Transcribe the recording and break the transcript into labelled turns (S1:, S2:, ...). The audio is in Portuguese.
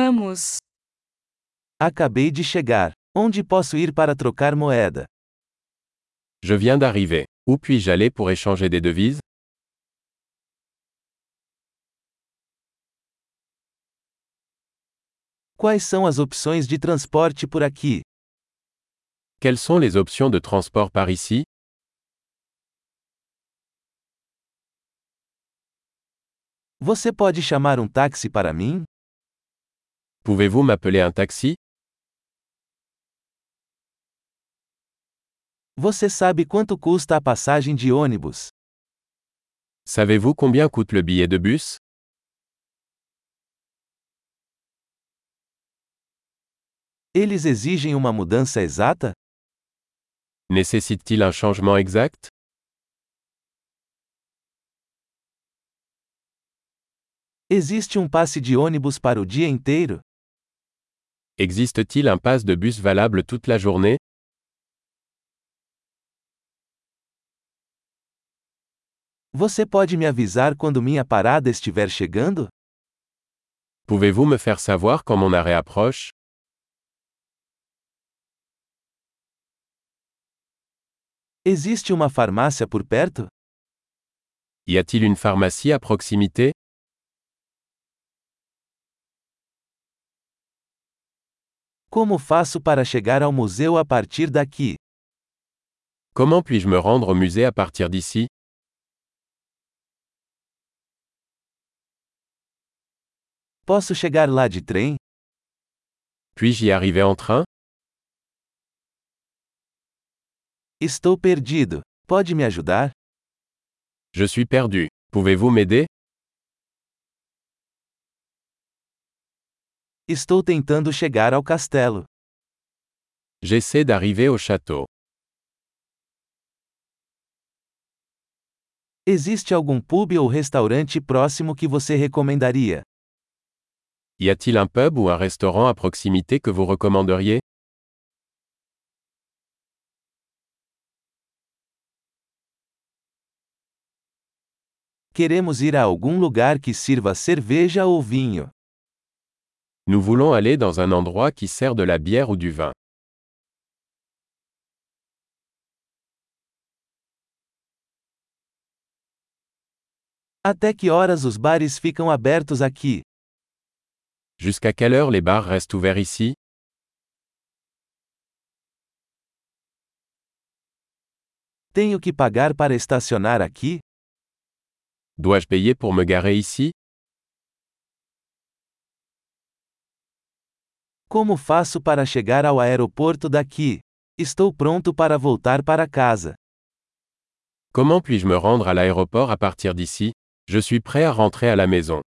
S1: Vamos.
S2: Acabei de chegar. Onde posso ir para trocar moeda?
S3: Je viens d'arriver. Où puis-je aller pour échanger des devises
S2: Quais são as opções de transporte por aqui?
S3: Quelles sont les options de transport par ici
S2: Você pode chamar um táxi para mim?
S3: Pouvez-vous m'appeler un taxi
S2: Você sabe quanto custa a passagem de ônibus?
S3: Savez-vous combien coûte le billet de bus
S2: Eles exigem uma mudança exata?
S3: Nécessite-t-il un changement exact
S2: Existe um passe de ônibus para o dia inteiro?
S3: Existe-t-il un pass de bus valable toute la journée
S2: Você pode me avisar quando minha parada estiver chegando?
S3: Pouvez-vous me faire savoir quand mon arrêt approche
S2: Existe uma farmácia por perto?
S3: Y a-t-il une pharmacie à proximité
S2: Como faço para chegar ao museu a partir daqui?
S3: Comment puis-je me rendre au musée à partir d'ici
S2: Posso chegar lá de trem?
S3: Puis-je y arriver en train
S2: Estou perdido. Pode me ajudar?
S3: Je suis perdu. Pouvez-vous m'aider
S2: Estou tentando chegar ao castelo.
S3: J'essaie d'arriver au château.
S2: Existe algum pub ou restaurante próximo que você recomendaria?
S3: Y a-t-il un pub ou un restaurant à proximité que vous recommanderiez
S2: Queremos ir a algum lugar que sirva cerveja ou vinho.
S3: Nous voulons aller dans un endroit qui sert de la bière ou du vin.
S2: Até que horas os bares ficam abertos aqui?
S3: Jusqu'à quelle heure les bars restent ouverts ici
S2: Tenho que pagar para estacionar aqui?
S3: Dois-je payer pour me garer ici
S2: Como faço para chegar ao aeroporto daqui? Estou pronto para voltar para casa.
S3: Comment puis-je me rendre à l'aéroport à partir d'ici Je suis prêt à rentrer à la maison.